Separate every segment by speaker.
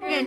Speaker 1: 认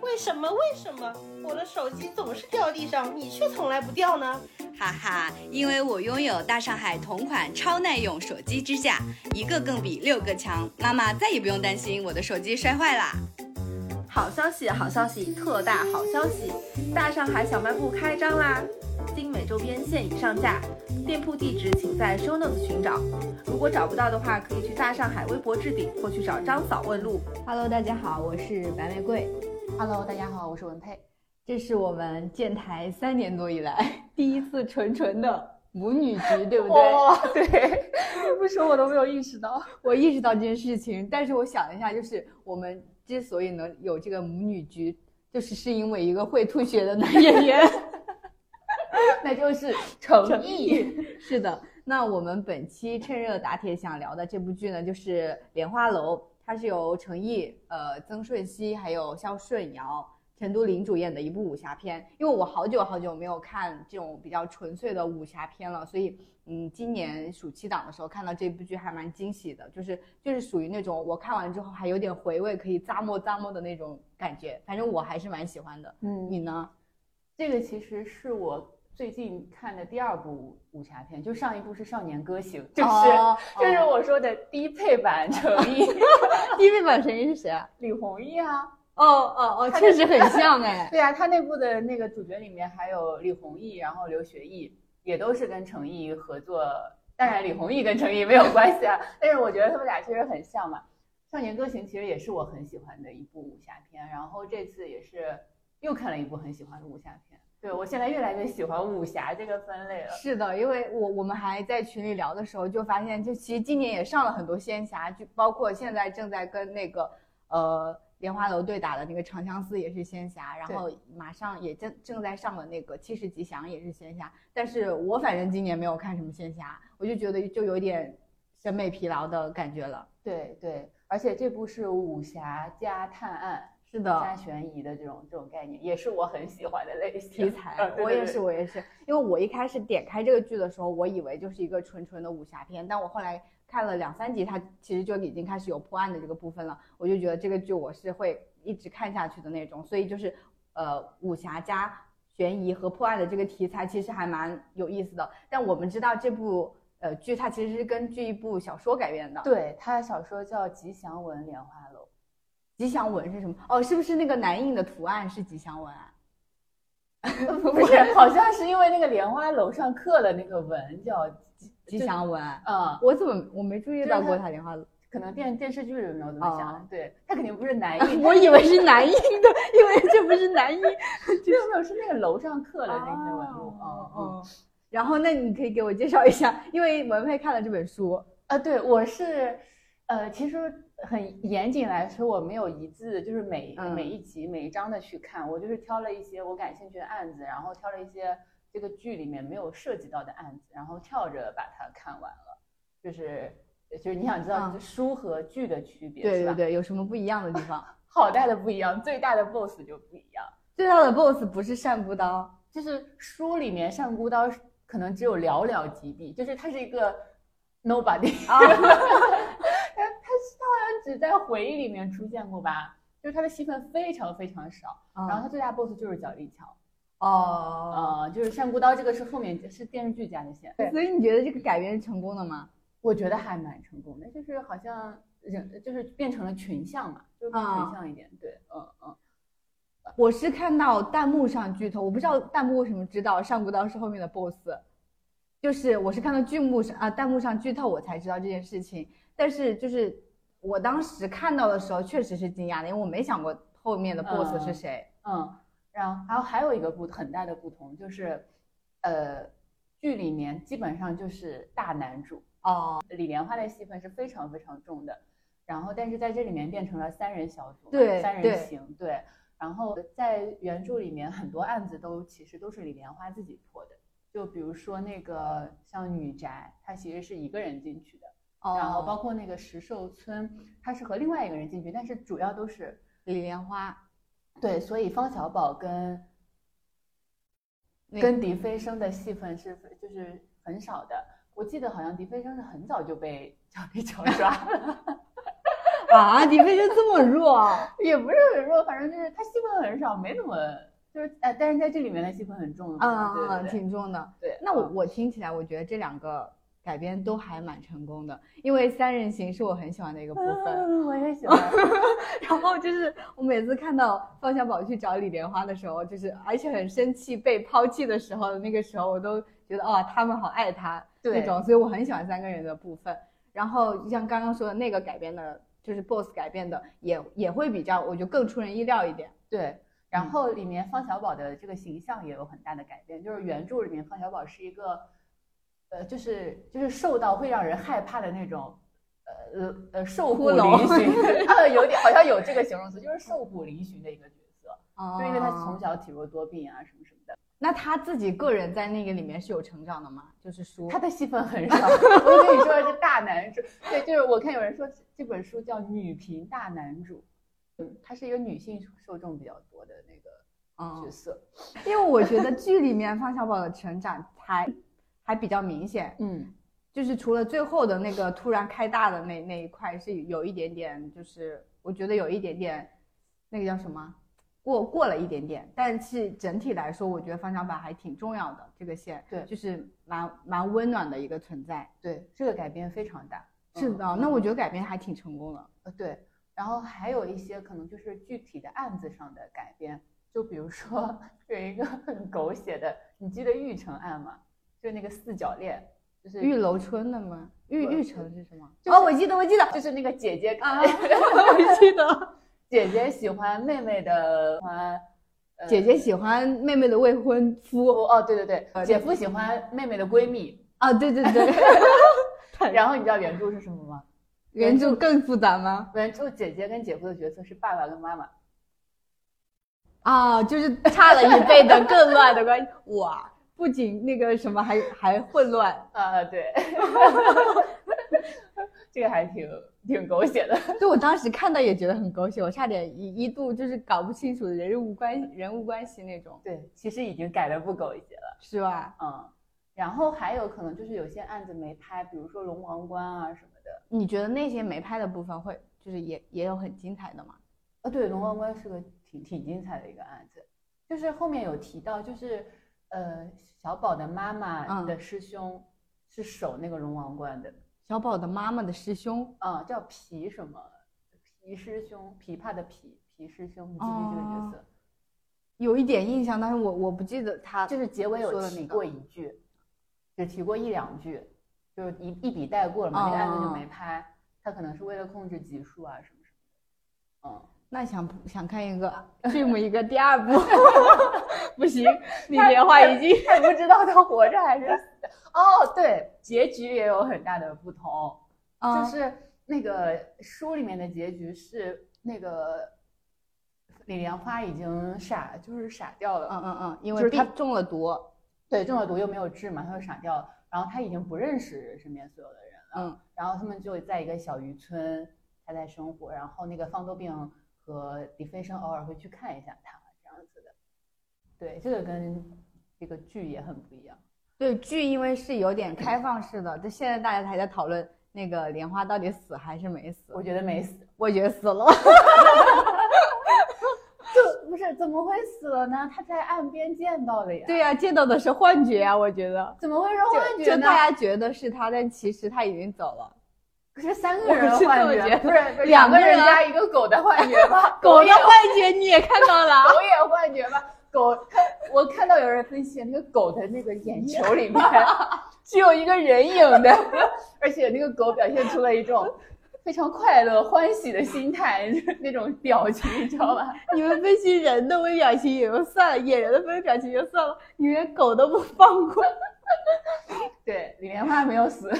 Speaker 2: 为什么？为什么我的手机总是掉地上，你却从来不掉呢？
Speaker 1: 哈哈，因为我拥有大上海同款超耐用手机支架，一个更比六个强，妈妈再也不用担心我的手机摔坏啦。
Speaker 3: 好消息，好消息，特大好消息！大上海小卖部开张啦！精美周边现已上架，店铺地址请在 show notes 寻找。如果找不到的话，可以去大上海微博置顶或去找张嫂问路。
Speaker 4: Hello，大家好，我是白玫瑰。
Speaker 5: Hello，大家好，我是文佩。
Speaker 4: 这是我们建台三年多以来第一次纯纯的母女局，对不对？
Speaker 5: 哇
Speaker 4: 对，
Speaker 5: 不说我都没有意识到。
Speaker 4: 我意识到这件事情，但是我想了一下，就是我们之所以能有这个母女局，就是是因为一个会吐血的男演员， 那就是
Speaker 5: 诚
Speaker 4: 诚
Speaker 5: 毅
Speaker 4: 毅。 是的，那我们本期趁热打铁想聊的这部剧呢，就是《莲花楼》，它是由陈毅、呃曾舜晞还有肖顺尧、陈都灵主演的一部武侠片。因为我好久好久没有看这种比较纯粹的武侠片了，所以嗯，今年暑期档的时候看到这部剧还蛮惊喜的，就是就是属于那种我看完之后还有点回味，可以咂摸咂摸的那种感觉。反正我还是蛮喜欢的。
Speaker 5: 嗯，
Speaker 4: 你呢？
Speaker 5: 这个其实是我最近看的第二部武侠片，就上一部是《少年歌行》，就是、
Speaker 4: 哦
Speaker 5: 就是
Speaker 4: 哦
Speaker 5: 我说的低配版成毅，
Speaker 4: 第一位版谁是谁啊？
Speaker 5: 李弘毅啊。
Speaker 4: 哦哦哦，确实很像哎。
Speaker 5: 对啊，他那部的那个主角里面还有李弘毅，然后刘学义，也都是跟程毅合作。当然，李弘毅跟程毅没有关系啊，但是我觉得他们俩确实很像嘛。《少年歌行》其实也是我很喜欢的一部武侠片，然后这次也是又看了一部很喜欢的武侠片。对我现在越来越喜欢武侠这个分类了。
Speaker 4: 是的，因为我我们还在群里聊的时候，就发现，就其实今年也上了很多仙侠剧，包括现在正在跟那个呃莲花楼对打的那个《长相思》也是仙侠，然后马上也正正在上的那个《七十吉祥》也是仙侠。但是我反正今年没有看什么仙侠，我就觉得就有点审美疲劳的感觉了。
Speaker 5: 对对，而且这部是武侠加探案
Speaker 4: 是
Speaker 5: 加
Speaker 4: 的。
Speaker 5: 悬疑的这种这种概念，也是我很喜欢的类型
Speaker 4: 题材
Speaker 5: 嗯，对
Speaker 4: 我
Speaker 5: 对
Speaker 4: 也
Speaker 5: 对
Speaker 4: 是，我也是，因为我一开始点开这个剧的时候，我以为就是一个纯纯的武侠片，但我后来看了两三集，它其实就已经开始有破案的这个部分了，我就觉得这个剧我是会一直看下去的那种，所以就是呃武侠加悬疑和破案的这个题材其实还蛮有意思的。但我们知道这部呃剧它其实是根据一部小说改编的，
Speaker 5: 对他小说叫《吉祥文莲 花楼》。
Speaker 4: 吉祥文是什么？哦，是不是那个南印的图案是吉祥文啊？
Speaker 5: 不是，好像是因为那个莲花楼上刻了那个文叫吉
Speaker 4: 吉，祥文啊。
Speaker 5: 就嗯，
Speaker 4: 我怎么我没注意
Speaker 5: 就是
Speaker 4: 到
Speaker 5: 它
Speaker 4: 过他莲花楼？
Speaker 5: 可能电电视剧里没有这么想，
Speaker 4: 哦
Speaker 5: 对，他肯定不是南 印，
Speaker 4: 我以为是南印的， 因为这不是南印
Speaker 5: 没有没有，是那个楼上刻了那些纹路，嗯嗯。
Speaker 4: 哦。然后，那你可以给我介绍一下， 因为文佩看了这本书，
Speaker 5: 啊，对，我是，呃，其实很严谨来说，我没有一字，就是每
Speaker 4: 嗯
Speaker 5: 每一集每一章的去看，我就是挑了一些我感兴趣的案子，然后挑了一些这个剧里面没有涉及到的案子，然后跳着把它看完了。就是呃就是你想知道
Speaker 4: 嗯
Speaker 5: 书和剧的区别，
Speaker 4: 对
Speaker 5: 是吧
Speaker 4: 对？对，有什么不一样的地方？
Speaker 5: 好大的不一样，最大的 BOSS 就不一样。
Speaker 4: 最大的 BOSS 不是善不 刀，
Speaker 5: 就是书里面上孤刀可能只有寥寥几笔，就是他是一个 nobody
Speaker 4: 啊
Speaker 5: 他 他他好像只在回忆里面出现过吧，就是他的戏份非常非常少。然后他
Speaker 4: 啊
Speaker 5: 最大 boss 就是角力桥，
Speaker 4: 哦，
Speaker 5: 呃，就是上孤刀这个是后面是电视剧加的线，
Speaker 4: 所以你觉得这个改编是成功的吗？
Speaker 5: 我觉得还蛮成功的，就是好像人就是变成了群像嘛，就更
Speaker 4: 啊
Speaker 5: 群像一点，对，嗯嗯。
Speaker 4: 我是看到弹幕上剧透，我不知道弹幕为什么知道上古刀是后面的 BOSS，就是我是看到剧目上啊弹幕上剧透我才知道这件事情，但是就是我当时看到的时候确实是惊讶的，因为我没想过后面的 BOSS 是谁。
Speaker 5: 嗯，然后还有还有一个不很大的不同就是，呃，剧里面基本上就是大男主，
Speaker 4: 哦，
Speaker 5: 李莲花的戏份是非常非常重的。然后但是在这里面变成了三人小组，
Speaker 4: 对
Speaker 5: 三
Speaker 4: 对
Speaker 5: 人行，对。然后在原著里面，很多案子都其实都是李莲花自己破的，就比如说那个像女宅，她其实是一个人进去的，
Speaker 4: 哦
Speaker 5: 然后包括那个石兽村，她是和另外一个人进去，但是主要都是
Speaker 4: 李莲花，
Speaker 5: 对，所以方小宝跟
Speaker 4: 那
Speaker 5: 跟狄飞升的戏份是就是很少的。我记得好像狄飞升是很早就被就 被脚抓了，
Speaker 4: 啊，你为什么这么弱？啊
Speaker 5: 也不是很弱，反正就是他戏份很少，没怎么就是呃，但是在这里面的戏份很重， 对
Speaker 4: 嗯，
Speaker 5: 对对
Speaker 4: 挺重的。
Speaker 5: 对。
Speaker 4: 那我
Speaker 5: 嗯
Speaker 4: 我听起来，我觉得这两个改编都还蛮成功的，因为《三人行》是我很喜欢的一个部分。
Speaker 5: 嗯我也喜欢，
Speaker 4: 然后就是我每次看到方小宝去找李莲花的时候，就是而且很生气被抛弃的时候，那个时候我都觉得哦，他们好爱他
Speaker 5: 对
Speaker 4: 那种，所以我很喜欢三个人的部分。然后就像刚刚说的那个改编的，就是 BOSS 改编的，也也会比较，我觉得更出人意料一点。
Speaker 5: 对。
Speaker 4: 嗯
Speaker 5: 然后里面方小宝的这个形象也有很大的改变，就是原著里面方小宝是一个，呃，就是就是瘦到会让人害怕的那种，呃呃呃，瘦骨
Speaker 4: 骷髅
Speaker 5: 嶙 峋，啊，有点好像有这个形容词，就是瘦骨嶙峋的一个角色。
Speaker 4: 哦
Speaker 5: 就因为他从小体弱多病啊什么什么的，
Speaker 4: 那他自己个人在那个里面是有成长的吗？就是说，
Speaker 5: 他的戏份很少。 我跟你说是大男主，对，就是我看有人说这这本书叫《女频大男主》，嗯，他是一个女性受众比较多的那个
Speaker 4: 嗯
Speaker 5: 角色，
Speaker 4: 因为我觉得剧里面方小宝的成长还还比较明显，
Speaker 5: 嗯，
Speaker 4: 就是除了最后的那个突然开大的那那一块是有一点点，就是我觉得有一点点，那个叫什么，过过了一点点，但是整体来说，我觉得方小宝还挺重要的这个线，
Speaker 5: 对
Speaker 4: 就是蛮蛮温暖的一个存在。
Speaker 5: 对，这个改编非常大，
Speaker 4: 是的，
Speaker 5: 嗯
Speaker 4: 那我觉得改编还挺成功的。
Speaker 5: 呃，对，然后还有一些可能就是具体的案子上的改编，就比如说 有一个很狗血的，你记得玉成案吗？就那个四角恋，就是
Speaker 4: 玉楼春的吗？玉
Speaker 5: 我
Speaker 4: 玉成是什么？
Speaker 5: 就是
Speaker 4: 哦，我记得，我记得，
Speaker 5: 就是那个姐姐
Speaker 4: 啊，我记得，
Speaker 5: 姐姐喜欢妹妹的喜欢，呃
Speaker 4: 姐姐喜欢妹妹的未婚
Speaker 5: 夫
Speaker 4: 夫
Speaker 5: 哦，对对对，
Speaker 4: 呃
Speaker 5: 姐夫喜欢妹妹的 闺蜜。
Speaker 4: 啊，对对对，
Speaker 5: 然后你知道原著是什么吗？
Speaker 4: 原著更复杂吗？
Speaker 5: 原著姐姐跟姐夫的角色是爸爸跟妈妈。
Speaker 4: 啊，就是差了一倍的更乱的关系。哇，不仅那个什么还，还混乱。
Speaker 5: 啊， 对， 这个还挺挺狗血的。
Speaker 4: 对我当时看到也觉得很狗血，我差点一一度就是搞不清楚人物关人物关系那种，
Speaker 5: 对，其实已经改的不狗血了。
Speaker 4: 是吧？
Speaker 5: 嗯，然后还有可能就是有些案子没拍，比如说龙王关啊什么的。
Speaker 4: 你觉得那些没拍的部分会就是也也有很精彩的吗？
Speaker 5: 啊，对，龙王关是个挺挺精彩的一个案子，就是后面有提到，就是呃，小宝的妈妈
Speaker 4: 嗯
Speaker 5: 的师兄是守那个龙王关的，
Speaker 4: 小宝的妈妈的师兄，
Speaker 5: 啊、叫皮什么皮师兄，琵琶的琵皮师兄，你记不记得这个角色？
Speaker 4: 有一点印象，但是我我不记得他
Speaker 5: 就是结尾有
Speaker 4: 说的那
Speaker 5: 提
Speaker 4: 个
Speaker 5: 过一句，只提过一两句，就是一一笔带过了嘛，那个案子就
Speaker 4: 哦
Speaker 5: 没拍，他可能是为了控制集数啊什么什么的，嗯。
Speaker 4: 那想想看一 个 dream 一个第二部，不行，你莲花已经
Speaker 5: 也不知道他活着还是 死的。哦，对，结局也有很大的不同，
Speaker 4: 啊
Speaker 5: 就是那个书里面的结局是那个李莲花已经傻，就是傻掉了，
Speaker 4: 嗯嗯嗯，因为
Speaker 5: 就是他
Speaker 4: 病中了毒，
Speaker 5: 对，中了毒又没有治嘛，他就傻掉了。然后他已经不认识身边所有的人了，
Speaker 4: 嗯，
Speaker 5: 然后他们就在一个小渔村，他在生活，然后那个方多病和李飞升偶尔会去看一下他，这样子的。对，这个跟这个剧也很不一样。
Speaker 4: 对剧，因为是有点开放式的，就现在大家还在讨论那个莲花到底死还是没死。
Speaker 5: 我觉得没死，
Speaker 4: 我觉得死了，
Speaker 5: 就不是怎么会死了呢？他在岸边见到的呀。，
Speaker 4: 对呀、见到的是幻觉啊，我觉得。
Speaker 5: 怎么会是幻
Speaker 4: 就
Speaker 5: 觉
Speaker 4: 就
Speaker 5: 呢？
Speaker 4: 大家觉得是他，但其实他已经走了。
Speaker 5: 不是三
Speaker 4: 我
Speaker 5: 个人
Speaker 4: 是这么
Speaker 5: 幻
Speaker 4: 觉
Speaker 5: 觉，
Speaker 4: 得
Speaker 5: 不是不是
Speaker 4: 两
Speaker 5: 两
Speaker 4: 个
Speaker 5: 个
Speaker 4: 人
Speaker 5: 人
Speaker 4: 啊
Speaker 5: 加一个狗的幻觉 吧？
Speaker 4: 狗的
Speaker 5: 也
Speaker 4: 幻觉你也看到了啊，
Speaker 5: 狗也幻觉吧？狗 看我看到有人分析那个狗的那个眼球里面是有一个人影的， 而且那个狗表现出了一种非常快乐欢喜的心态， 那种表情，你知道 吧？
Speaker 4: 你们分析人的微表情也就算了，演人的微表情就算了，你连狗都不放过。
Speaker 5: 对，李莲花没有死。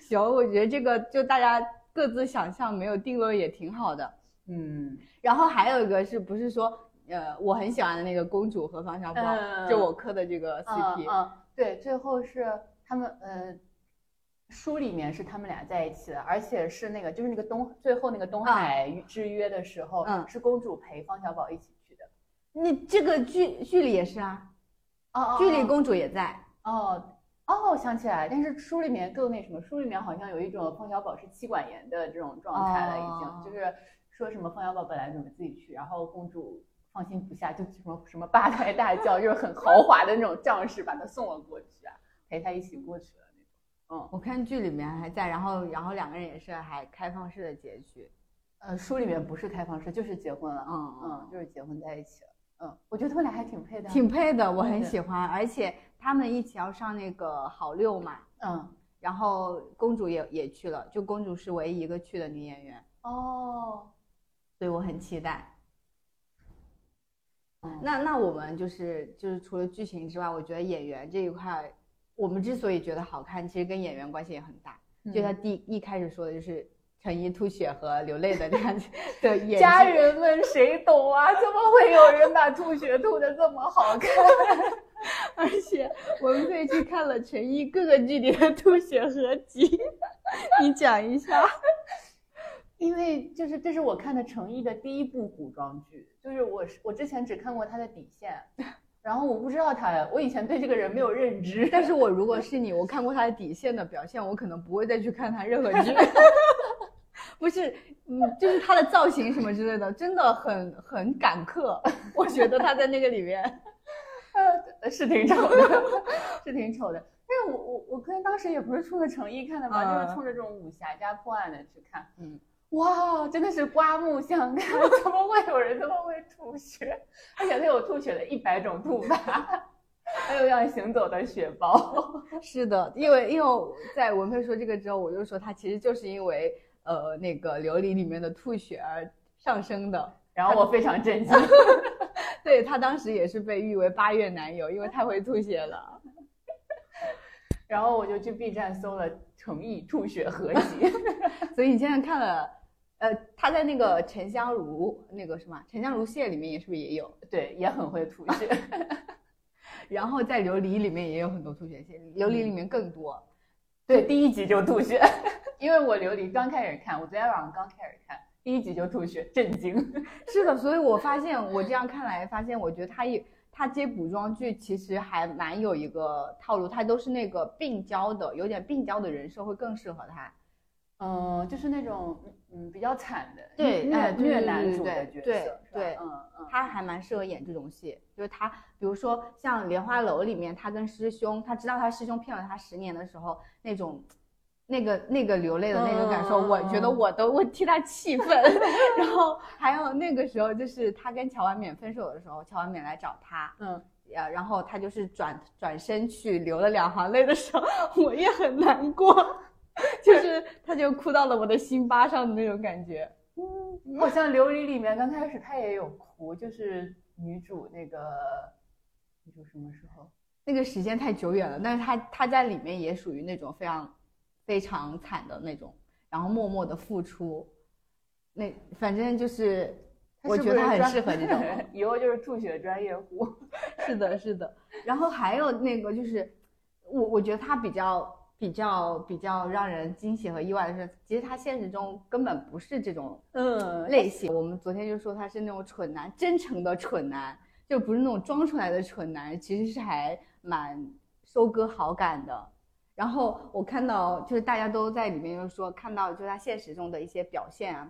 Speaker 4: 行，我觉得这个就大家各自想象没有定论也挺好的。
Speaker 5: 嗯，
Speaker 4: 然后还有一个是不是说，呃，我很喜欢的那个公主和方小宝，
Speaker 5: 嗯
Speaker 4: 就我磕的这个 CP，、
Speaker 5: 嗯嗯，对，最后是他们呃，书里面是他们俩在一起的，而且是那个就是那个东最后那个东
Speaker 4: 啊
Speaker 5: 海之约的时候，
Speaker 4: 嗯
Speaker 5: 是公主陪方小宝一起去的。
Speaker 4: 那这个剧剧里也是啊，
Speaker 5: 哦
Speaker 4: 剧里公主也在，
Speaker 5: 哦哦，我想起来，但是书里面更那什么，书里面好像有一种方小宝是妻管严的这种状态了，已经、
Speaker 4: 哦
Speaker 5: 就是说什么方小宝本来准备自己去，然后公主放心不下，就什么什么八抬大轿，就是很豪华的那种仗势把他送了过去啊，陪他一起过去了那种。嗯
Speaker 4: 我看剧里面还在，然后然后两个人也是还开放式的结局，
Speaker 5: 呃，书里面不是开放式，就是结婚了，
Speaker 4: 嗯
Speaker 5: 嗯，就是结婚在一起了。嗯，我觉得他们俩还挺配的，啊
Speaker 4: 挺配的，我很
Speaker 5: 对
Speaker 4: 喜欢，而且他们一起要上那个好六嘛，
Speaker 5: 嗯
Speaker 4: 然后公主也也去了，就公主是唯一一个去的女演员，
Speaker 5: 哦，
Speaker 4: 所以我很期待。
Speaker 5: 嗯
Speaker 4: 那那我们就是就是除了剧情之外，我觉得演员这一块，我们之所以觉得好看，其实跟演员关系也很大。就像
Speaker 5: 嗯
Speaker 4: 第一开始说的，就是陈怡吐血和流泪的这样 子的演技
Speaker 5: 家人们谁懂啊？ 怎么会有人把吐血吐的这么好看？
Speaker 4: 而且我们可以去看了陈毅各个剧里的吐血合集， 你讲一下。
Speaker 5: 因为就是这是我看的成毅的第一部古装剧，就是我是我之前只看过他的底线， 然后我不知道他，我以前对这个人没有认知，
Speaker 4: 但是我如果是你，我看过他的底线的表现，我可能不会再去看他任何剧。 不是，嗯，就是他的造型什么之类的，真的很很赶客。 我觉得他在那个里面，
Speaker 5: 呃是挺丑的，是挺丑的。但是我我我可能当时也不是冲着诚意看的吧，
Speaker 4: 嗯
Speaker 5: 就是冲着这种武侠加破案的去看。
Speaker 4: 嗯，
Speaker 5: 哇，真的是刮目相看， 怎么会有人这么会吐血？而且他有吐血的一百种吐法，还有让行走的血包。
Speaker 4: 是的，因为因为在文佩说这个之后，我就说他其实就是因为呃那个琉璃里面的吐血而上升的。
Speaker 5: 然后我非常震惊，
Speaker 4: 对他当时也是被誉为八月男友，因为太会吐血了。
Speaker 5: 然后我就去 B 站搜了诚意吐血合集。
Speaker 4: 所以你现在看了，呃，他在那个沉香如那个什么沉香如屑里面也是不是也有？
Speaker 5: 对，也很会吐血。
Speaker 4: 然后在琉璃里面也有很多吐血线，琉璃里面更多。
Speaker 5: 对，第一集就吐血， 因为我琉璃刚开始看，我昨天晚上刚开始看，第一集就吐血，震惊。
Speaker 4: 是的，所以我发现我这样看来，发现我觉得他也他接古装剧其实还蛮有一个套路，他都是那个病娇的，有点病娇的人设会更适合他。
Speaker 5: 嗯，就是那种嗯比较惨的，
Speaker 4: 对
Speaker 5: 虐
Speaker 4: 哎对
Speaker 5: 虐
Speaker 4: 对
Speaker 5: 男
Speaker 4: 对
Speaker 5: 主的角
Speaker 4: 对对
Speaker 5: 色，是吧
Speaker 4: 对
Speaker 5: 嗯嗯，
Speaker 4: 他还蛮适合演这种戏，就是他，比如说像《莲花楼》里面，他跟师兄，他知道他师兄骗了他十年的时候，那种，那个那个流泪的那种感受，
Speaker 5: 嗯嗯嗯
Speaker 4: 我觉得我都会替他气愤。 然后还有那个时候，就是他跟乔婉冕分手的时候，乔婉冕来找他，
Speaker 5: 嗯，
Speaker 4: 呃，然后他就是转转身去流了两行泪的时候，我也很难过， 就是他就哭到了我的心巴上的那种感觉。
Speaker 5: 好嗯像《琉璃》里面刚开始他也有哭，就是女主那个女主什么时候？
Speaker 4: 那个时间太久远了，但是他他在里面也属于那种非常非常惨的那种，然后默默的付出，那反正就是
Speaker 5: 她
Speaker 4: 我
Speaker 5: 是
Speaker 4: 觉
Speaker 5: 不
Speaker 4: 得
Speaker 5: 是
Speaker 4: 很
Speaker 5: 专
Speaker 4: 适合这 种，
Speaker 5: 以后就是吐血专业户。
Speaker 4: 是的，是的。然后还有那个就是，我我觉得他比较比较比较让人惊喜和意外的是，其实他现实中根本不是这种
Speaker 5: 嗯，
Speaker 4: 类型。我们昨天就说他是那种蠢男，真诚的蠢男，就不是那种装出来的蠢男，其实是还蛮收割好感的。然后我看到就是大家都在里面就说看到就他现实中的一些表现啊，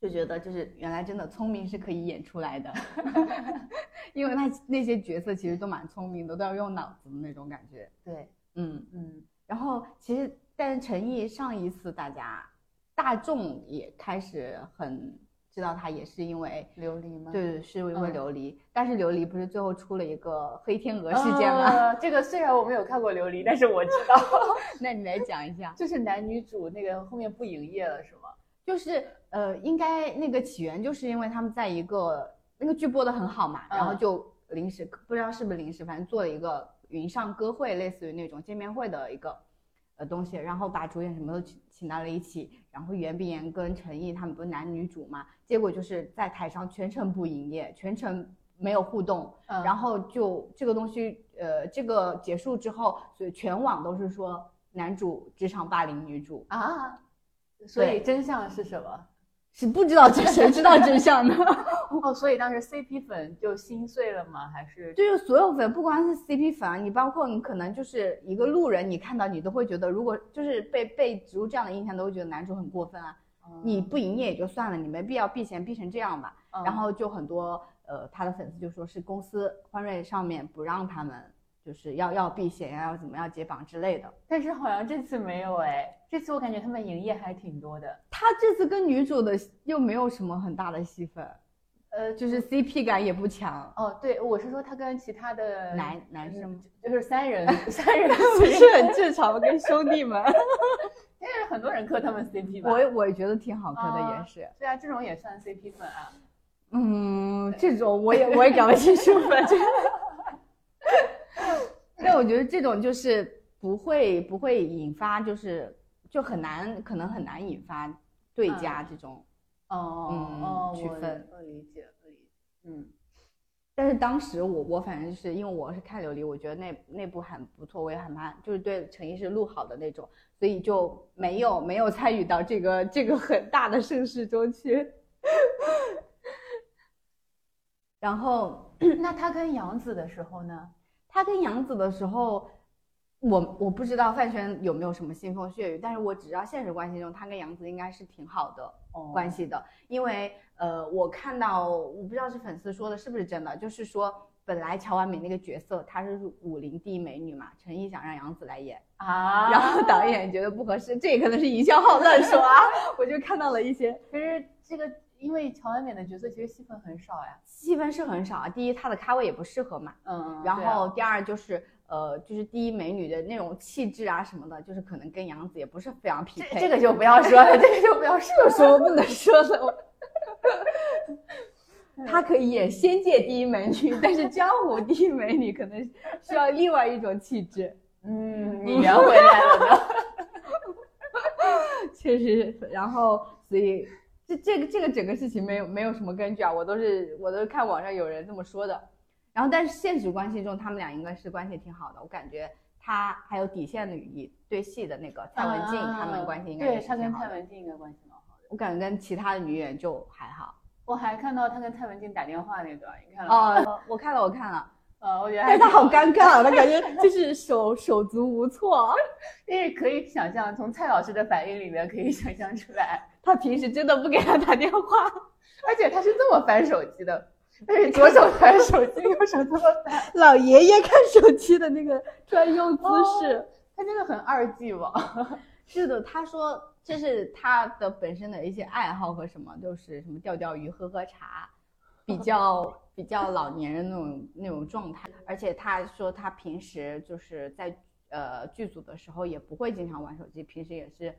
Speaker 4: 就觉得就是原来真的聪明是可以演出来的， 因为他那些角色其实都蛮聪明的，都要用脑子的那种感觉。
Speaker 5: 对，
Speaker 4: 嗯。
Speaker 5: 嗯，
Speaker 4: 然后其实，但是陈毅上一次大家大众也开始很知道他，也是因为
Speaker 5: 琉璃吗？
Speaker 4: 对，是因为
Speaker 5: 嗯
Speaker 4: 琉璃。但是琉璃不是最后出了一个黑天鹅
Speaker 5: 呃。
Speaker 4: 事件吗？
Speaker 5: 这个虽然我没有看过《琉璃》，但是我知道，
Speaker 4: 那你来讲一下，
Speaker 5: 就是男女主那个后面不营业了，是吗？
Speaker 4: 就是呃，应该那个起源就是因为他们在一个那个剧播的很好嘛，然后
Speaker 5: 嗯
Speaker 4: 就临时不知道是不是临时，反正做了一个云上歌会，类似于那种见面会的一个呃东西，然后把主演什么都请请到了一起，然后袁冰妍跟陈毅他们不是男女主嘛，结果就是在台上全程不营业，全程没有互动，
Speaker 5: 嗯
Speaker 4: 然后就这个东西，呃，这个结束之后，所以全网都是说男主职场霸凌女主，
Speaker 5: 啊，所以真相是什么？
Speaker 4: 是不知道这谁知道真相呢？
Speaker 5: 哦，所以当时 CP 粉就心碎了吗？还是
Speaker 4: 对，就是所有粉，不光是 CP 粉啊，你包括你可能就是一个路人，你看到你都会觉得，如果就是被被植入这样的印象，都会觉得男主很过分啊。你不营业也就算了，你没必要避嫌避成这样吧。
Speaker 5: 嗯
Speaker 4: 然后就很多呃，他的粉丝就说是公司欢瑞上面不让他们，就是要要避嫌呀，要怎么要解绑之类的。
Speaker 5: 但是好像这次没有哎，这次我感觉他们营业还挺多的。
Speaker 4: 他这次跟女主的又没有什么很大的戏份，
Speaker 5: 呃，
Speaker 4: 就是 CP 感也不强。
Speaker 5: 哦，对，我是说他跟其他的
Speaker 4: 男男生
Speaker 5: 嗯就是 三人三人
Speaker 4: 不
Speaker 5: 组
Speaker 4: 是很正常，跟兄弟们，
Speaker 5: 但是很多人磕他们 CP 吧？
Speaker 4: 我也我也觉得挺好磕的，也
Speaker 5: 啊
Speaker 4: 是。
Speaker 5: 对啊，这种也算 CP 粉啊。
Speaker 4: 嗯，这种我也 我也搞不清楚，反正。 但我觉得这种就是不会不会引发，就是就很难，可能很难引发对家这种。
Speaker 5: 哦
Speaker 4: 嗯
Speaker 5: 哦，
Speaker 4: 区
Speaker 5: 我
Speaker 4: 分
Speaker 5: 我理解，我理解。 嗯，
Speaker 4: 但是当时我我反正就是因为我是看琉璃，我觉得那那部很不错，我也很怕，就是对陈奕是录好的那种，所以就没有没有参与到这个这个很大的盛世中去。然后
Speaker 5: 那他跟杨紫的时候呢？
Speaker 4: 他跟杨紫的时候，我我不知道饭圈有没有什么腥风血雨，但是我只知道现实关系中，他跟杨紫应该是挺好的
Speaker 5: 哦
Speaker 4: 关系的，因为呃，我看到我不知道是粉丝说的是不是真的，就是说本来乔婉美那个角色她是武林第一美女嘛，陈毅想让杨紫来演，
Speaker 5: 啊，
Speaker 4: 然后导演觉得不合适，这也可能是营销号乱说啊， 我就看到了一些
Speaker 5: 可是这个，因为乔恩演的角色其实戏份很少呀。
Speaker 4: 戏份是很少啊，第一她的咖位也不适合嘛，
Speaker 5: 嗯
Speaker 4: 然
Speaker 5: 对啊
Speaker 4: 后第二就是呃，就是第一美女的那种气质啊什么的，就是可能跟杨紫也不是非常匹配。
Speaker 5: 这个就不要说 了，这个就不要说
Speaker 4: 有什么不能说 的？她可以演仙界第一美女，但是江湖第一美女可能需要另外一种气质。
Speaker 5: 嗯，你圆回来了呢。
Speaker 4: 确实，然后所以这这个这个整个事情没有没有什么根据啊，我都是我都是看网上有人这么说的。然后，但是现实关系中，他们俩应该是关系挺好的，我感觉他还有底线的羽翼对戏的那个蔡文静，他们关系应该也
Speaker 5: 啊对
Speaker 4: 是
Speaker 5: 他
Speaker 4: 挺
Speaker 5: 跟
Speaker 4: 好
Speaker 5: 蔡
Speaker 4: 的。
Speaker 5: 文静应该关系蛮好的。
Speaker 4: 我感觉跟其他的女演就还好。
Speaker 5: 我还看到他跟蔡文静打电话那段，你看了吗？
Speaker 4: 哦，我看了，我看了，
Speaker 5: 呃，我觉得
Speaker 4: 但是
Speaker 5: 还
Speaker 4: 他
Speaker 5: 挺
Speaker 4: 好尴尬，他感觉就是手手足无措。
Speaker 5: 但是可以想象，从蔡老师的反应里面可以想象出来，
Speaker 4: 他平时真的不给他打电话，
Speaker 5: 而且他是这么翻手机的， 但是哎左手翻手机，右手这么翻，
Speaker 4: 老爷爷看手机的那个专用姿势。
Speaker 5: 哦他真的很二 G 网。
Speaker 4: 是的，他说这是他的本身的一些爱好和什么，就是什么钓钓鱼、喝喝茶， 比较比较老年人那种那种状态。而且他说他平时就是在呃剧组的时候也不会经常玩手机，平时也是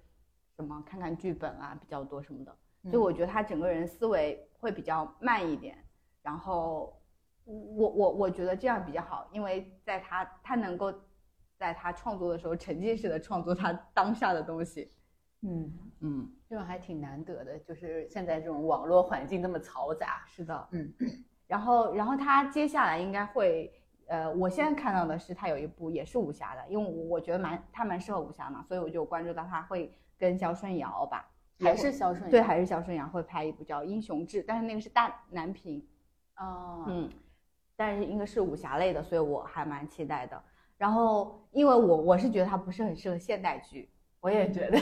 Speaker 4: 什么看看剧本啊比较多什么的。所
Speaker 5: 嗯
Speaker 4: 以我觉得他整个人思维会比较慢一点，然后我我我觉得这样比较好，因为在他他能够在他创作的时候沉浸式的创作他当下的东西，
Speaker 5: 嗯，
Speaker 4: 嗯，
Speaker 5: 这种还挺难得的，就是现在这种网络环境这么嘈杂。
Speaker 4: 是的，
Speaker 5: 嗯，
Speaker 4: 然后然后他接下来应该会，呃，我现在看到的是他有一部也是武侠的，因为我我觉得蛮他蛮适合武侠嘛，所以我就关注到他会跟肖顺尧吧，也
Speaker 5: 还
Speaker 4: 会
Speaker 5: 是肖顺
Speaker 4: 对，还是肖顺尧会拍一部叫《英雄志》，但是那个是大南平，
Speaker 5: 啊，
Speaker 4: 嗯，但是应该是武侠类的，所以我还蛮期待的。然后，因为我我是觉得它不是很适合现代剧，
Speaker 5: 我也觉得，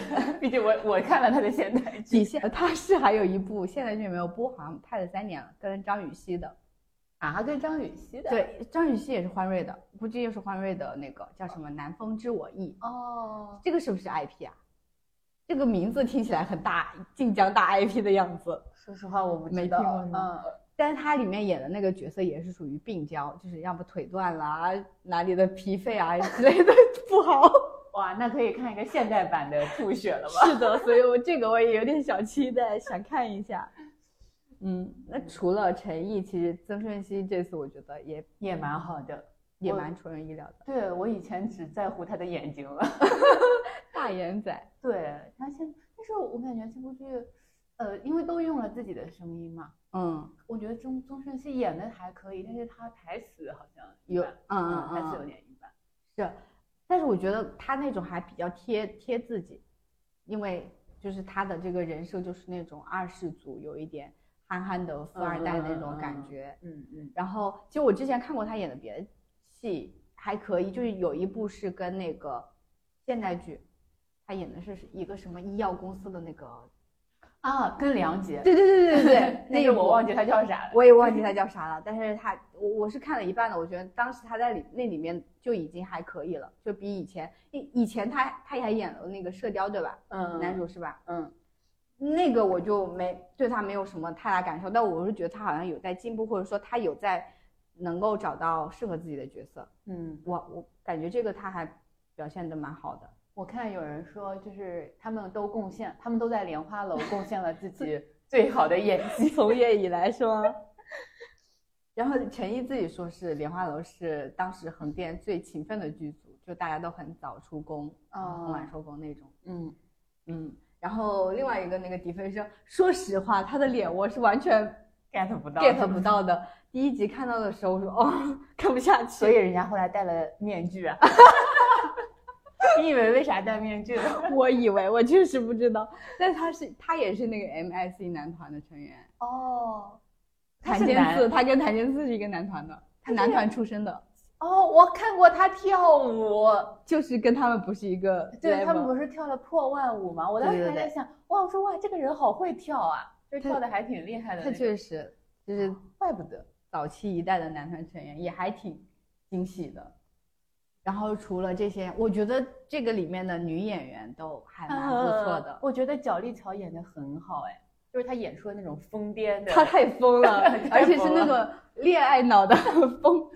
Speaker 5: 毕竟我我看了他的现代剧
Speaker 4: 底线嗯它是还有一部现代剧没有播，好像拍了三年了，跟张雨绮的。
Speaker 5: 啊，跟张雨绮的
Speaker 4: 对，张雨绮也是欢瑞的，估计又是欢瑞的那个叫什么《南风知我意》，
Speaker 5: 哦，
Speaker 4: 这个是不是 IP 啊？这个名字听起来很大，晋江大 IP 的样子。
Speaker 5: 说实话我不
Speaker 4: 没
Speaker 5: 知道，
Speaker 4: 听过是吗
Speaker 5: 嗯。
Speaker 4: 但是他里面演的那个角色也是属于病娇，就是要不腿断了啊，哪里的脾肺啊之类的不好。
Speaker 5: 哇，那可以看一个现代版的吐血了吧？
Speaker 4: 是的，所以我这个我也有点小期待，想看一下。嗯，那除了陈毅，其实曾舜晞这次我觉得也
Speaker 5: 也蛮好的。
Speaker 4: 也
Speaker 5: 我
Speaker 4: 蛮出人意料的。
Speaker 5: 对我以前只在乎他的眼睛了，
Speaker 4: 眼仔，
Speaker 5: 对他现，但是我感觉这部剧，呃，因为都用了自己的声音嘛，
Speaker 4: 嗯，
Speaker 5: 我觉得钟钟顺熙演的还可以，但是他台词好像一
Speaker 4: 有，
Speaker 5: 般
Speaker 4: 嗯嗯
Speaker 5: 台词有
Speaker 4: 嗯，
Speaker 5: 点一般。
Speaker 4: 是，但是我觉得他那种还比较贴贴自己，因为就是他的这个人设就是那种二世祖，有一点憨憨的富二代那种感觉，
Speaker 5: 嗯嗯
Speaker 4: 然后其实我之前看过他演的别的戏还可以，就是有一部是跟那个现代剧，他演的是一个什么医药公司的那个，
Speaker 5: 啊，跟梁洁，
Speaker 4: 对对对对 那
Speaker 5: 那
Speaker 4: 一
Speaker 5: 个
Speaker 4: 部
Speaker 5: 我忘记他叫啥了。
Speaker 4: 我也忘记他叫啥了，但是他我我是看了一半的，我觉得当时他在里那里面就已经还可以了，就比以前以以前他他还演了那个射雕对吧？
Speaker 5: 嗯
Speaker 4: 男主是吧？
Speaker 5: 嗯
Speaker 4: 那个我就没对他没有什么太大感受，但我是觉得他好像有在进步，或者说他有在能够找到适合自己的角色。
Speaker 5: 嗯，
Speaker 4: 我我感觉这个他还表现的蛮好的。
Speaker 5: 我看有人说，就是他们都贡献，他们都在莲花楼贡献了自己最好的演技。
Speaker 4: 从业以来是吗？ 然后陈毅自己说是莲花楼是当时横店最勤奋的剧组，就大家都很早出工，然后很晚收工那种。
Speaker 5: 嗯，
Speaker 4: 嗯，然后另外一个那个迪飞说，说实话，他的脸我是完全
Speaker 5: get 不到
Speaker 4: get 不到的。第一集看到的时候，我说哦， 看不下去。
Speaker 5: 所以人家后来戴了面具 啊。你以为为啥戴面具 呢？
Speaker 4: 我以为我确实不知道，但他是他也是那个 MIC 男团的成员。
Speaker 5: 哦，他
Speaker 4: 谭
Speaker 5: 是
Speaker 4: 健
Speaker 5: 男
Speaker 4: 次，他跟谭健次是一个男团的，他男团出身的，
Speaker 5: 哦，我看过他跳舞，
Speaker 4: 就是跟他们不是一个 level。
Speaker 5: 对他们不是跳了破万舞吗？我当时
Speaker 4: 对对
Speaker 5: 还在
Speaker 4: 对
Speaker 5: 想，哇，我说哇，这个人好会跳啊，就跳的还挺厉害的那
Speaker 4: 他
Speaker 5: 种。
Speaker 4: 确实就是
Speaker 5: 怪不得，
Speaker 4: 早期一代的男团成员，也还挺惊喜的。然后除了这些，我觉得这个里面的女演员都还蛮不错
Speaker 5: 呃
Speaker 4: 的。
Speaker 5: 我觉得角力桥演的很好，哎，就是他演出的那种疯癫的，
Speaker 4: 她太疯了
Speaker 5: 太，
Speaker 4: 而且是
Speaker 5: 疯
Speaker 4: 那
Speaker 5: 了
Speaker 4: 种恋爱脑的疯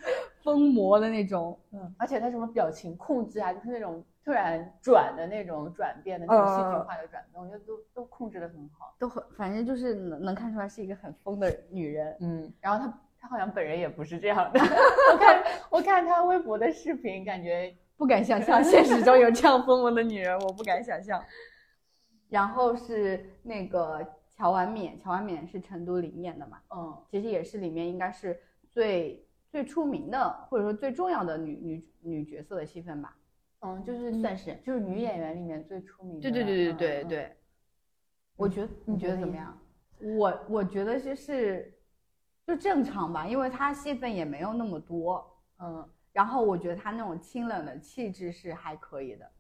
Speaker 4: 疯魔的那种。
Speaker 5: 嗯，而且他什么表情控制啊，就是那种突然转的那种转变的那种戏
Speaker 4: 哦
Speaker 5: 剧化的转变，我觉得都都控制的很好。
Speaker 4: 都很，反正就是能能看出来是一个很疯的女人。
Speaker 5: 嗯，然后他他好像本人也不是这样的， 我看我看他微博的视频，感觉
Speaker 4: 不敢想象现实中有这样疯魔的女人，我不敢想象。 然后是那个乔婉冕，乔婉冕是陈都灵演的嘛，
Speaker 5: 嗯
Speaker 4: 其实也是里面应该是最最出名的，或者说最重要的女女女角色的戏份吧，
Speaker 5: 嗯，就是
Speaker 4: 算是。
Speaker 5: 就是女演员里面最出名的
Speaker 4: 对
Speaker 5: 了。
Speaker 4: 对对对对
Speaker 5: 嗯，
Speaker 4: 对，我觉得你觉得怎么样？我我觉得是是就正常吧，因为她戏份也没有那么多，
Speaker 5: 嗯
Speaker 4: 然后我觉得他那种清冷的气质是还可以的。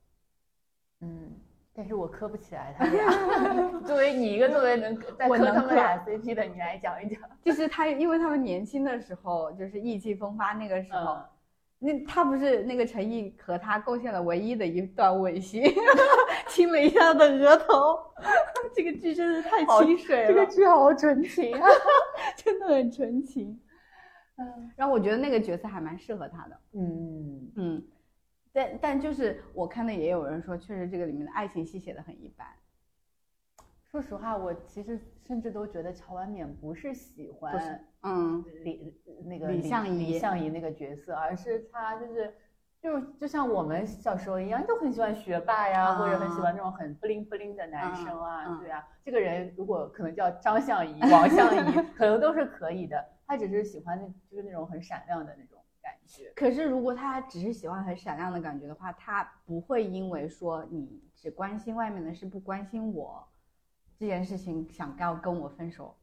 Speaker 5: 嗯，但是我磕不起来他们 俩。作为你一个作为能在
Speaker 4: 我
Speaker 5: 磕嗯
Speaker 4: 能
Speaker 5: 他们
Speaker 4: 磕
Speaker 5: 俩 CP 的，你来讲一讲。
Speaker 4: 就是他，因为他们年轻的时候，就是意气风发那个时候，
Speaker 5: 嗯
Speaker 4: 那他不是那个陈毅和他贡献了唯一的一段吻戏， 亲了一下他的额头， 这个剧真是太
Speaker 5: 好
Speaker 4: 清水了，
Speaker 5: 这个剧好纯情啊！
Speaker 4: 真的很纯情。
Speaker 5: 嗯
Speaker 4: 然后我觉得那个角色还蛮适合他的，
Speaker 5: 嗯，
Speaker 4: 嗯，但但就是我看的也有人说，确实这个里面的爱情戏写的很一般。
Speaker 5: 说实话，我其实甚至都觉得乔婉冕不是喜
Speaker 4: 不
Speaker 5: 欢
Speaker 4: 是嗯，
Speaker 5: 李那个
Speaker 4: 李相
Speaker 5: 仪李
Speaker 4: 宜
Speaker 5: 相宜那个角色，而是她就是。就就像我们小时候一样，都很喜欢学霸呀，或者很喜欢那种很不灵不灵的男生啊，
Speaker 4: 嗯嗯
Speaker 5: 对啊。这个人如果可能叫张相宜、王相宜， 可能都是可以的。他只是喜欢那，就是那种很闪亮的那种感觉。
Speaker 4: 可是，如果他只是喜欢很闪亮的感觉的话，他不会因为说你只关心外面的事，不关心我这件事情，想要跟我分手。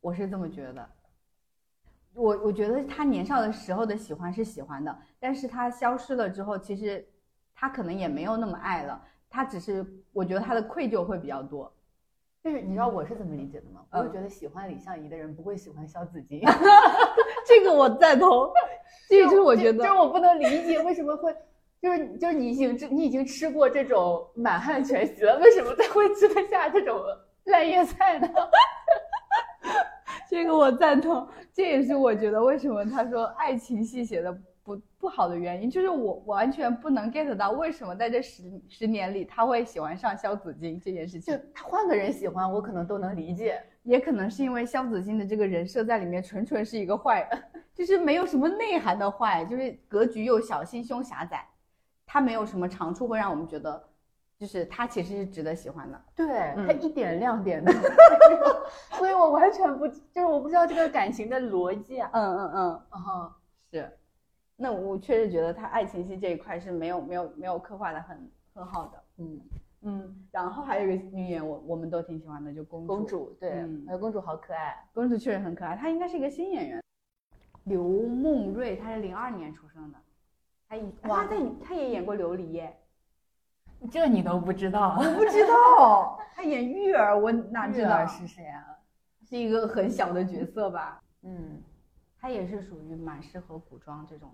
Speaker 4: 我是这么觉得。我我觉得他年少的时候的喜欢是喜欢的，但是他消失了之后，其实他可能也没有那么爱了，他只是我觉得他的愧疚会比较多。
Speaker 5: 就是你知道我是怎么理解的吗？我就
Speaker 4: 嗯
Speaker 5: 觉得喜欢李相宜的人不会喜欢萧紫金。
Speaker 4: 这个我赞同， 这个就是我觉得
Speaker 5: 就是我不能理解为什么会，就是就是你已经吃你已经吃过这种满汉全席了，为什么他会吃得下这种烂叶菜呢？
Speaker 4: 这个我赞同，这也是我觉得为什么他说爱情戏写的不不好的原因，就是我完全不能 get 到为什么在这十十年里他会喜欢上萧紫金这件事
Speaker 5: 就
Speaker 4: 情，
Speaker 5: 他换个人喜欢，我可能都能理解。
Speaker 4: 也可能是因为萧紫金的这个人设在里面纯纯是一个坏， 就是没有什么内涵的坏，就是格局又小，心胸狭窄，他没有什么长处会让我们觉得就是他其实是值得喜欢的。
Speaker 5: 对
Speaker 4: 嗯
Speaker 5: 他一点亮点都没有， 所以我完全不就是我不知道这个感情的逻辑啊。
Speaker 4: 嗯嗯嗯，
Speaker 5: 哦，
Speaker 4: 是。那我确实觉得他爱情戏这一块是没有没有没有刻画的很很好的。嗯嗯，然后还有一个女演我我们都挺喜欢的，就公主。
Speaker 5: 公主对，
Speaker 4: 嗯
Speaker 5: 哎公主好可爱。
Speaker 4: 公主确实很可爱，她应该是一个新演员。刘梦瑞，她是零二年出生的，她以她
Speaker 5: 哇
Speaker 4: 在她也演过琉璃耶，
Speaker 5: 这你都不知道？
Speaker 4: 我不知 道，她演玉儿，我哪知道
Speaker 5: 是谁啊？
Speaker 4: 是一个很小的角色吧？
Speaker 5: 嗯，
Speaker 4: 她也是属于蛮适合古装这种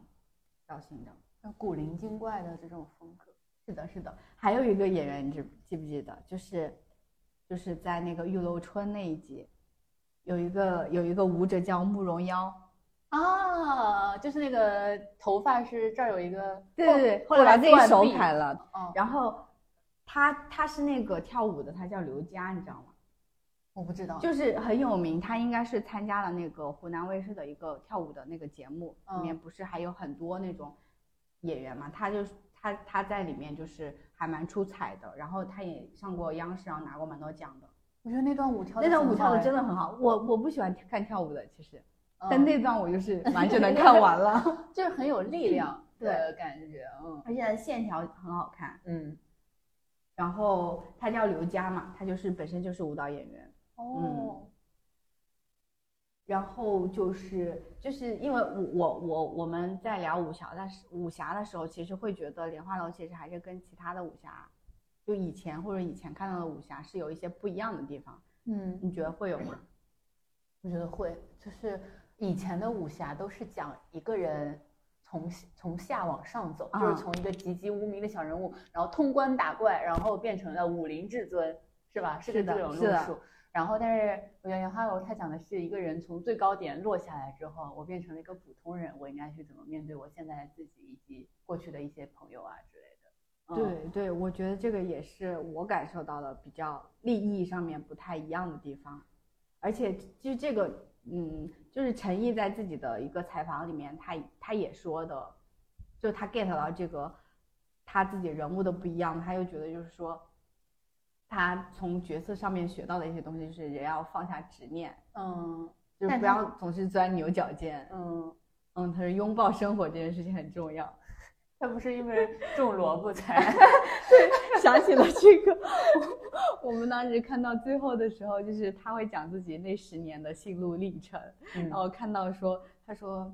Speaker 4: 造型的。
Speaker 5: 那古灵精怪的这种风格。
Speaker 4: 是的，是的，还有一个演员，你记记不记得？就是就是在那个玉楼春那一集，有一个有一个舞者叫慕容妖，
Speaker 5: 啊，就是那个头发是这儿有一个，
Speaker 4: 对对对，
Speaker 5: 后
Speaker 4: 后来把
Speaker 5: 来
Speaker 4: 自己手
Speaker 5: 断臂
Speaker 4: 砍了。
Speaker 5: 哦，
Speaker 4: 然后他他是那个跳舞的，他叫刘佳，你知道吗？
Speaker 5: 我不知道，
Speaker 4: 就是很有名，他应该是参加了那个湖南卫视的一个跳舞的那个节目，里
Speaker 5: 嗯
Speaker 4: 面不是还有很多那种演员嘛？他就是他他在里面就是还蛮出彩的，然后他也上过央视，然后拿过蛮多奖的。
Speaker 5: 我觉哦得那段舞跳
Speaker 4: 那段舞跳的
Speaker 5: 的
Speaker 4: 真
Speaker 5: 的，
Speaker 4: 的很好，我我不喜欢看跳舞的，其实，
Speaker 5: 嗯
Speaker 4: 但那段我就是完整的看完了， 嗯
Speaker 5: 就是很有力量
Speaker 4: 对
Speaker 5: 的感觉，嗯
Speaker 4: 而且它的线条很好看。
Speaker 5: 嗯，
Speaker 4: 然后他叫刘佳嘛，他就是本身就是舞蹈演员。
Speaker 5: 哦，
Speaker 4: 然后就是就是因为我我我我们在聊武侠的时武侠的时候，其实会觉得莲花楼其实还是跟其他的武侠，就以前或者以前看到的武侠是有一些不一样的地方，
Speaker 5: 嗯，
Speaker 4: 你觉得会有吗？
Speaker 5: 我觉得会，就是以前的武侠都是讲一个人。从从下往上走，就
Speaker 4: 啊
Speaker 5: 是从一个籍籍无名的小人物，然后通关打怪，然后变成了武林至尊，是吧？是
Speaker 4: 是的
Speaker 5: 这种
Speaker 4: 是
Speaker 5: 路
Speaker 4: 的
Speaker 5: 数。然后，但是我觉得杨花楼它讲的是一个人从最高点落下来之后，我变成了一个普通人，我应该去怎么面对我现在的自己以及过去的一些朋友啊之类的。嗯，
Speaker 4: 对对，我觉得这个也是我感受到的比较利益上面不太一样的地方，而且就这个，嗯，就是陈毅在自己的一个采访里面，他他也说的，就他 get 到这个他自己人物的不一样，他又觉得就是说，他从角色上面学到的一些东西，就是人要放下执念，
Speaker 5: 嗯
Speaker 4: 就是
Speaker 5: 但
Speaker 4: 不
Speaker 5: 他
Speaker 4: 要总是钻牛角尖。
Speaker 5: 嗯，
Speaker 4: 嗯，他说拥抱生活这件事情很重要。
Speaker 5: 他不是因为种萝 卜才
Speaker 4: 想起了这个，我们当时看到最后的时候，就是他会讲自己那十年的心路历程，
Speaker 5: 嗯
Speaker 4: 然后看到说，他说，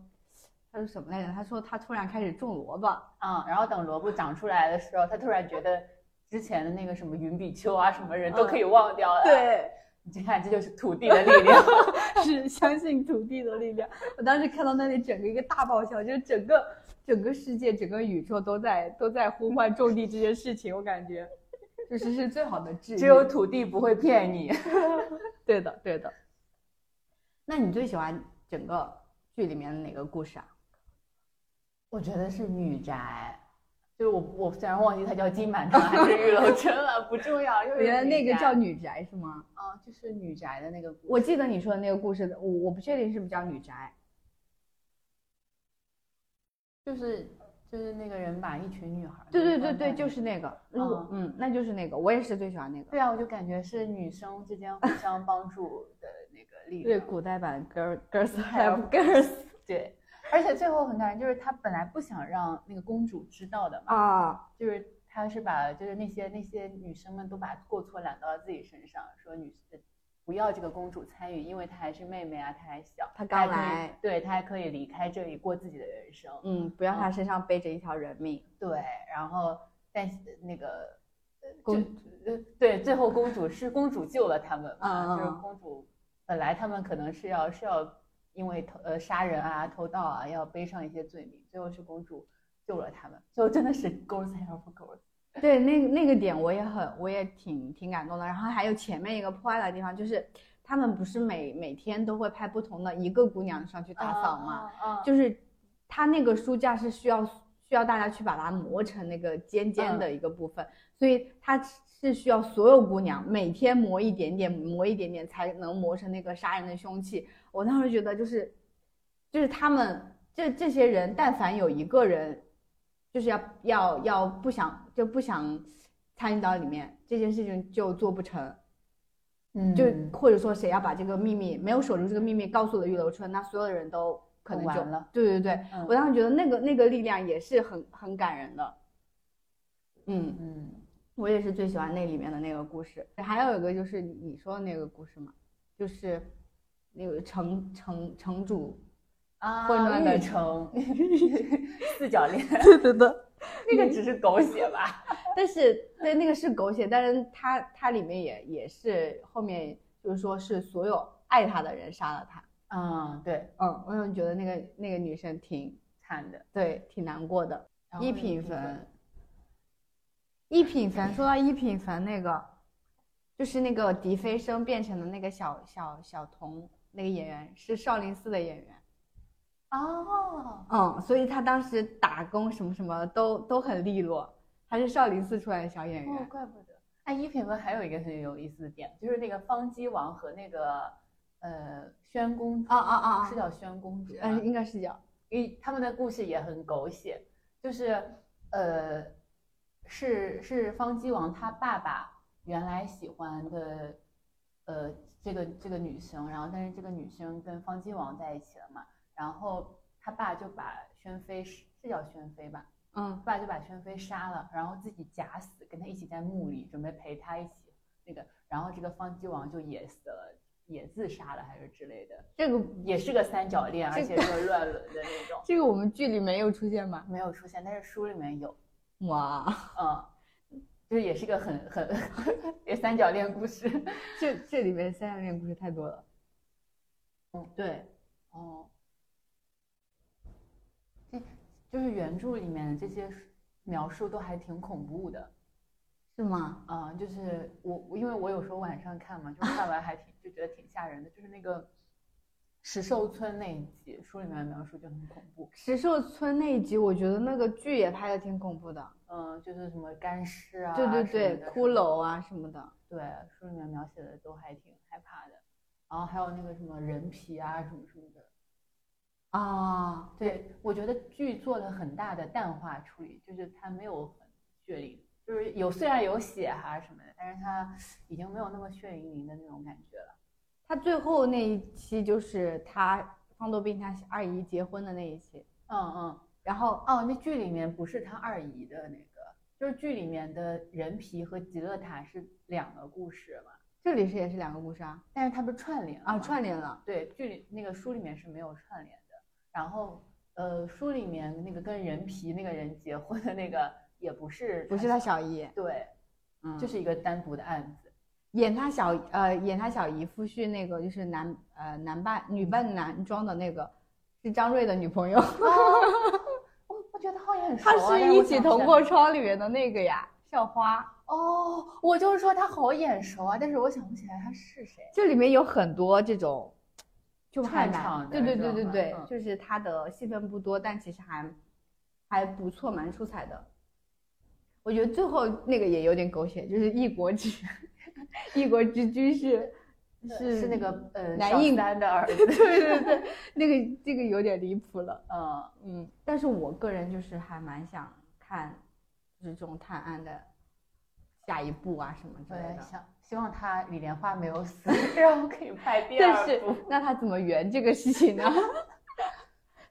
Speaker 4: 他说什么来着？他说他突然开始种萝卜，
Speaker 5: 啊、然后等萝卜长出来的时候，他突然觉得之前的那个什么云比丘啊，什么人都可以忘掉了。，
Speaker 4: 嗯对，
Speaker 5: 你看这就是土地的力量。
Speaker 4: 是相信土地的力量。我当时看到那里整个一个大爆笑，就是整个整个世界、整个宇宙都在都在呼唤种地这件事情，我感觉就是是最好的治愈。
Speaker 5: 只有土地不会骗你。
Speaker 4: 对的，对的。那你最喜欢整个剧里面的哪个故事啊？
Speaker 5: 我觉得是女宅，就是我我虽然忘记它叫金满城还是玉楼春了，不重要，就是
Speaker 4: 原来那个
Speaker 5: 女宅
Speaker 4: 叫女宅是吗？
Speaker 5: 啊，就是女宅的那个故
Speaker 4: 我记得你说的那个故事，我我不确定是不是叫女宅。
Speaker 5: 就是就是那个人把一群女孩儿
Speaker 4: 对对
Speaker 5: 弄
Speaker 4: 对
Speaker 5: 乱
Speaker 4: 对，
Speaker 5: 乱
Speaker 4: 就
Speaker 5: 的
Speaker 4: 是那个。如果嗯，那就是那个，我也是最喜欢那个。
Speaker 5: 对啊，我就感觉是女生之间互相帮助的那个力
Speaker 4: 对，
Speaker 5: 量。
Speaker 4: 古代版 girl girls have
Speaker 5: have
Speaker 4: girls
Speaker 5: 对，而且最后很感人，就是他本来不想让那个公主知道的 嘛，
Speaker 4: 啊，
Speaker 5: 就是他是把就是那些那些女生们都把过错揽到了自己身上，说女呃不要这个公主参与，因为她还是妹妹啊，她还小，
Speaker 4: 她
Speaker 5: 还
Speaker 4: 刚
Speaker 5: 可以
Speaker 4: 来，
Speaker 5: 对她还可以离开这里过自己的人生。
Speaker 4: 嗯，不要她身上背着一条人命。
Speaker 5: 对，然后但是那个呃
Speaker 4: 公
Speaker 5: 就呃对，最后公主是公主救了他们嘛，就是
Speaker 4: 嗯嗯嗯
Speaker 5: 公主本来他们可能是要是要因为偷呃杀人啊、偷盗啊要背上一些罪名，最后是公主救了他们，最后真的是 girls help girls。
Speaker 4: 对，那个那个点我也很，我也挺挺感动的。然后还有前面一个破案的地方，就是他们不是每每天都会派不同的一个姑娘上去打扫嘛，
Speaker 5: 啊，
Speaker 4: 嗯就
Speaker 5: 就
Speaker 4: 是它那个书架是需要需要大家去把它磨成那个尖
Speaker 5: 嗯
Speaker 4: 尖的一个部分，所以它是需要所有姑娘每天磨一点点，磨一点点才能磨成那个杀人的凶器。我当时觉得就是就是他们这这些人，但凡有一个人就是要要要不想就不想参与到里面，这件事情就做不成。
Speaker 5: 嗯
Speaker 4: 就或者说谁要把这个秘密没有守住这个秘密告诉了玉楼春，那所有的人都可能
Speaker 5: 都
Speaker 4: 就
Speaker 5: 完了
Speaker 4: 对对对，
Speaker 5: 嗯
Speaker 4: 我当时觉得那个那个力量也是很很感人的。嗯，
Speaker 5: 嗯，
Speaker 4: 我也是最喜欢那里面的那个故事。还有一个就是你你说的那个故事嘛，就是那个城城城主，
Speaker 5: 啊，
Speaker 4: 嗯混乱的
Speaker 5: 玉成四角恋，
Speaker 4: 对对对，
Speaker 5: 那个只是狗血吧？
Speaker 4: 但是对那个是狗血，但是他他里面也也是后面就是说是所有爱他的人杀了他。
Speaker 5: 嗯，对，
Speaker 4: 嗯，我总觉得那个那个女生挺
Speaker 5: 惨的。
Speaker 4: 对，挺难过的。
Speaker 5: 然后
Speaker 4: 一
Speaker 5: 有
Speaker 4: 品
Speaker 5: 部分
Speaker 4: 粉，一品粉，说到一品粉那个，就是那个笛飞升变成的那个小小小童那个演员是少林寺的演员，
Speaker 5: 哦，
Speaker 4: 嗯，所以他当时打工什么什么都都很利落，他是少林寺出来的小演员。
Speaker 5: 哦，怪不得。哎，一品文还有一个很有意思的点，就是那个方姬王和那个呃宣公主
Speaker 4: 啊啊啊啊
Speaker 5: 是叫宣公主吗，
Speaker 4: 嗯，应该是叫
Speaker 5: 因为他们的故事也很狗血，就是呃，是是方姬王他爸爸原来喜欢的呃这个这个女生，然后但是这个女生跟方姬王在一起了嘛，然后他爸就把宣妃是是叫宣妃吧，
Speaker 4: 嗯
Speaker 5: 他爸就把宣妃杀了，然后自己假死，跟他一起在墓里，准备陪他一起那个，然后这个方姬王就也死了，也自杀了还是之类的，
Speaker 4: 这个
Speaker 5: 也是个三角恋，而
Speaker 4: 这
Speaker 5: 且是个乱伦的那种。
Speaker 4: 这个我们剧里没有出现吗？
Speaker 5: 没有出现，但是书里面有，
Speaker 4: 哇，
Speaker 5: 嗯，就是也是个很很也三角恋故事。
Speaker 4: 这这里面三角恋故事太多了。
Speaker 5: 嗯
Speaker 4: 对，
Speaker 5: 哦，这就是原著里面这些描述都还挺恐怖的
Speaker 4: 是吗？
Speaker 5: 啊、就是我我因为我有时候晚上看嘛，就是看完还挺就觉得挺吓人的，就是那个石兽村那一集，书里面的描述就很恐怖，
Speaker 4: 石兽村那一集，我觉得那个剧也拍的挺恐怖的。
Speaker 5: 嗯，就是什么干尸啊，
Speaker 4: 对对对，骷
Speaker 5: 髅。
Speaker 4: 髅啊什么的。
Speaker 5: 对，书里面描写的都还挺害怕的，然后还有那个什么人皮啊什么什么的。
Speaker 4: 啊，
Speaker 5: 对，我觉得剧做了很大的淡化处理，就是它没有很血淋，就是有虽然有血哈、什么的，但是它已经没有那么血淋淋的那种感觉了。
Speaker 4: 他最后那一期就是他方多斌他二姨结婚的那一期，
Speaker 5: 嗯嗯，
Speaker 4: 然后
Speaker 5: 哦，那剧里面不是他二姨的那个，就是剧里面的人皮和极乐塔是两个故事嘛，
Speaker 4: 这里是也是两个故事啊
Speaker 5: 但是它不是串联了
Speaker 4: 啊
Speaker 5: 吗
Speaker 4: 串联了。
Speaker 5: 对，剧里那个书里面是没有串联的。然后，呃，书里面那个跟人皮那个人结婚的那个也不是
Speaker 4: 不是他小姨，
Speaker 5: 对，
Speaker 4: 嗯，
Speaker 5: 就是一个单独的案 子。
Speaker 4: 演他小呃演他小姨夫婿那个就是男呃男扮女扮男装的那个，是张瑞的女朋友，
Speaker 5: 哦我我觉得好像很熟
Speaker 4: 他
Speaker 5: 啊，但
Speaker 4: 是
Speaker 5: 我
Speaker 4: 一起
Speaker 5: 想不
Speaker 4: 同
Speaker 5: 起来
Speaker 4: 过窗里面的那个呀，校花。
Speaker 5: 哦，我就是说他好眼熟啊，但是我想不起来他是谁。啊
Speaker 4: 这里面有很多这种就还
Speaker 5: 串
Speaker 4: 蛮
Speaker 5: 场的
Speaker 4: 对对
Speaker 5: 这
Speaker 4: 对
Speaker 5: 种
Speaker 4: 对对，
Speaker 5: 嘛嗯
Speaker 4: 就是他的戏份不多，但其实还还不错，蛮出彩的。我觉得最后那个也有点狗血，就是一国之 一国之君是是
Speaker 5: 是那个呃，
Speaker 4: 男
Speaker 5: 小
Speaker 4: 印
Speaker 5: 三的 儿
Speaker 4: 对
Speaker 5: 子。
Speaker 4: 对对，那个这个有点离谱了。
Speaker 5: 嗯，
Speaker 4: 嗯，但是我个人就是还蛮想看，就是这种探案的下一步啊什么之
Speaker 5: 我
Speaker 4: 类
Speaker 5: 也
Speaker 4: 的。
Speaker 5: 想希望他李莲花没有 死，然后可以拍第二
Speaker 4: 但是
Speaker 5: 部。
Speaker 4: 那他怎么圆这个事情 呢？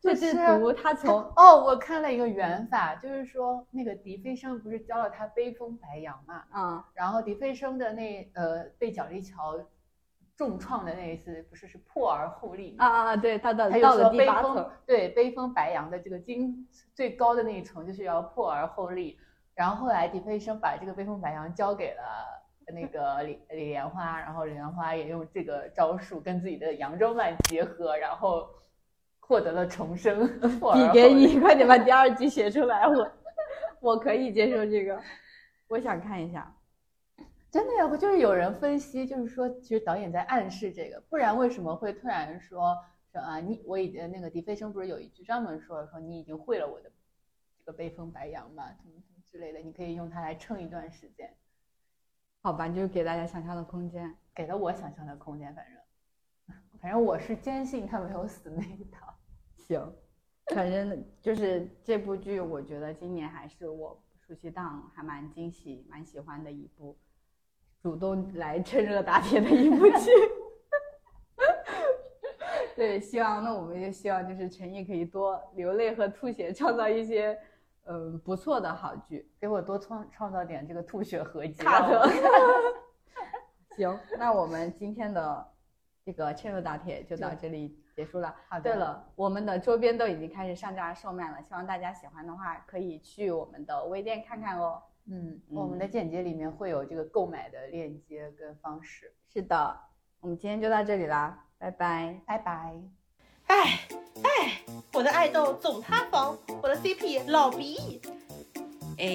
Speaker 5: 就
Speaker 4: 这
Speaker 5: 是
Speaker 4: 只毒他从
Speaker 5: 哦，我看了一个原法，就是说那个狄飞升不是教了他悲风白杨嘛，
Speaker 4: 啊
Speaker 5: 然后狄飞升的那呃被角力桥重创的那一次，不是是破而后立
Speaker 4: 啊啊，啊！对，他到
Speaker 5: 他就
Speaker 4: 到了
Speaker 5: 说
Speaker 4: 第
Speaker 5: 悲
Speaker 4: 八
Speaker 5: 风
Speaker 4: 层，
Speaker 5: 对悲风白杨的这个经最高的那一层就是要破而后立，然后后来狄飞升把这个悲风白杨交给了。那个李李莲花，然后李莲花也用这个招数跟自己的扬州慢结合，然后获得了重生。 破而
Speaker 4: 笔
Speaker 5: 后
Speaker 4: 给
Speaker 5: 立
Speaker 4: 你，快点把第二季写出来，我我可以接受这个，我想看一下。
Speaker 5: 真的呀，就是有人分析，就是说，其实导演在暗示这个，不然为什么会突然说说啊，你我已经那个狄飞升不是有一句专门说说你已经会了我的这个悲风白杨嘛，什么什么之类的，你可以用它来撑一段时间，
Speaker 4: 好吧，就是给大家想象的空间。
Speaker 5: 给了我想象的空间，反正反正我是坚信他没有死那一套。
Speaker 4: 行，反正就是这部剧，我觉得今年还是我暑期档还蛮惊喜、蛮喜欢的一部，主动来趁热打铁的一部剧。 对，希望那我们就希望就是陈毅可以多流泪和吐血，创造一些嗯、呃不错的好剧。
Speaker 5: 给我多创创造点这个吐血合集。
Speaker 4: 卡
Speaker 5: 让我
Speaker 4: 特。 行，那我们今天的这个趁热打铁就到这里结束了。
Speaker 5: 好的。
Speaker 4: 对，了，我们的周边都已经开始上架售卖了，希望大家喜欢的话可以去我们的微店看看哦。
Speaker 5: 嗯，我们的简介里面会有这个购买的链接跟方式。
Speaker 4: 是的，我们今天就到这里啦，拜拜。
Speaker 5: 拜拜。
Speaker 2: 哎哎，我的爱豆总塌房，我的 CP 老鼻翼，
Speaker 1: 哎，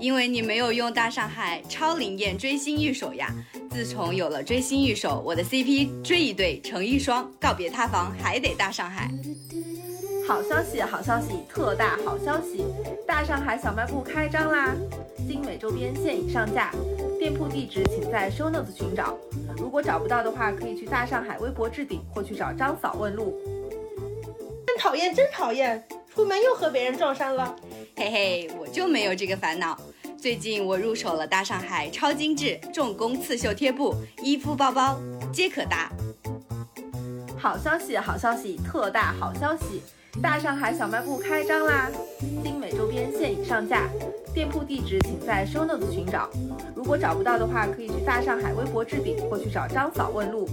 Speaker 1: 因为你没有用大上海超灵验追星御守呀。自从有了追星御守，我的 CP 追一对成一双，告别塌房还得大上海。
Speaker 3: 好消息，好消息，特大好消息！大上海小卖部开张啦！精美周边现已上架，店铺地址请在 show notes 寻找。如果找不到的话，可以去大上海微博置顶或去找张嫂问路。
Speaker 2: 真讨厌，真讨厌！出门又和别人撞衫了。
Speaker 1: 嘿嘿，我就没有这个烦恼。最近我入手了大上海超精致重工刺绣贴布、衣服、包包皆可搭。
Speaker 3: 好消息，好消息，特大好消息！大上海小卖部开张啦！精美周边现已上架，店铺地址请在 show notes 寻找。如果找不到的话，可以去大上海微博置顶或去找张嫂问路。